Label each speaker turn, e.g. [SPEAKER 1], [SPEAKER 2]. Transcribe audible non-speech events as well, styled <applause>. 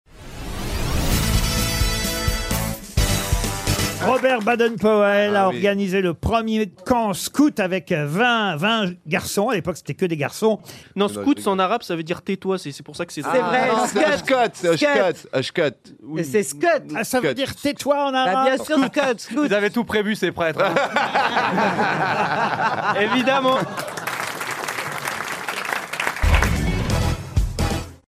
[SPEAKER 1] <laughs> Robert Baden-Powell
[SPEAKER 2] Ah
[SPEAKER 1] a
[SPEAKER 2] oui.
[SPEAKER 1] organisé le premier camp scout avec 20, 20 garçons. À l'époque, c'était que des garçons.
[SPEAKER 3] Non, scout en arabe, ça veut dire tais-toi, c'est c'est pour ça que c'est.
[SPEAKER 4] C'est vrai,
[SPEAKER 2] Non, c'est
[SPEAKER 4] Ah, Scott.
[SPEAKER 2] Ashcott, c'est Ashcott, Ashcott.
[SPEAKER 4] Et C'est Scott.
[SPEAKER 1] Ah, ça veut
[SPEAKER 2] Scout.
[SPEAKER 1] dire tais-toi en
[SPEAKER 4] Bah,
[SPEAKER 1] arabe.
[SPEAKER 4] bien sûr, Scott, Scott.
[SPEAKER 3] Vous avez tout prévu, ces prêtres. hein. <laughs> Évidemment.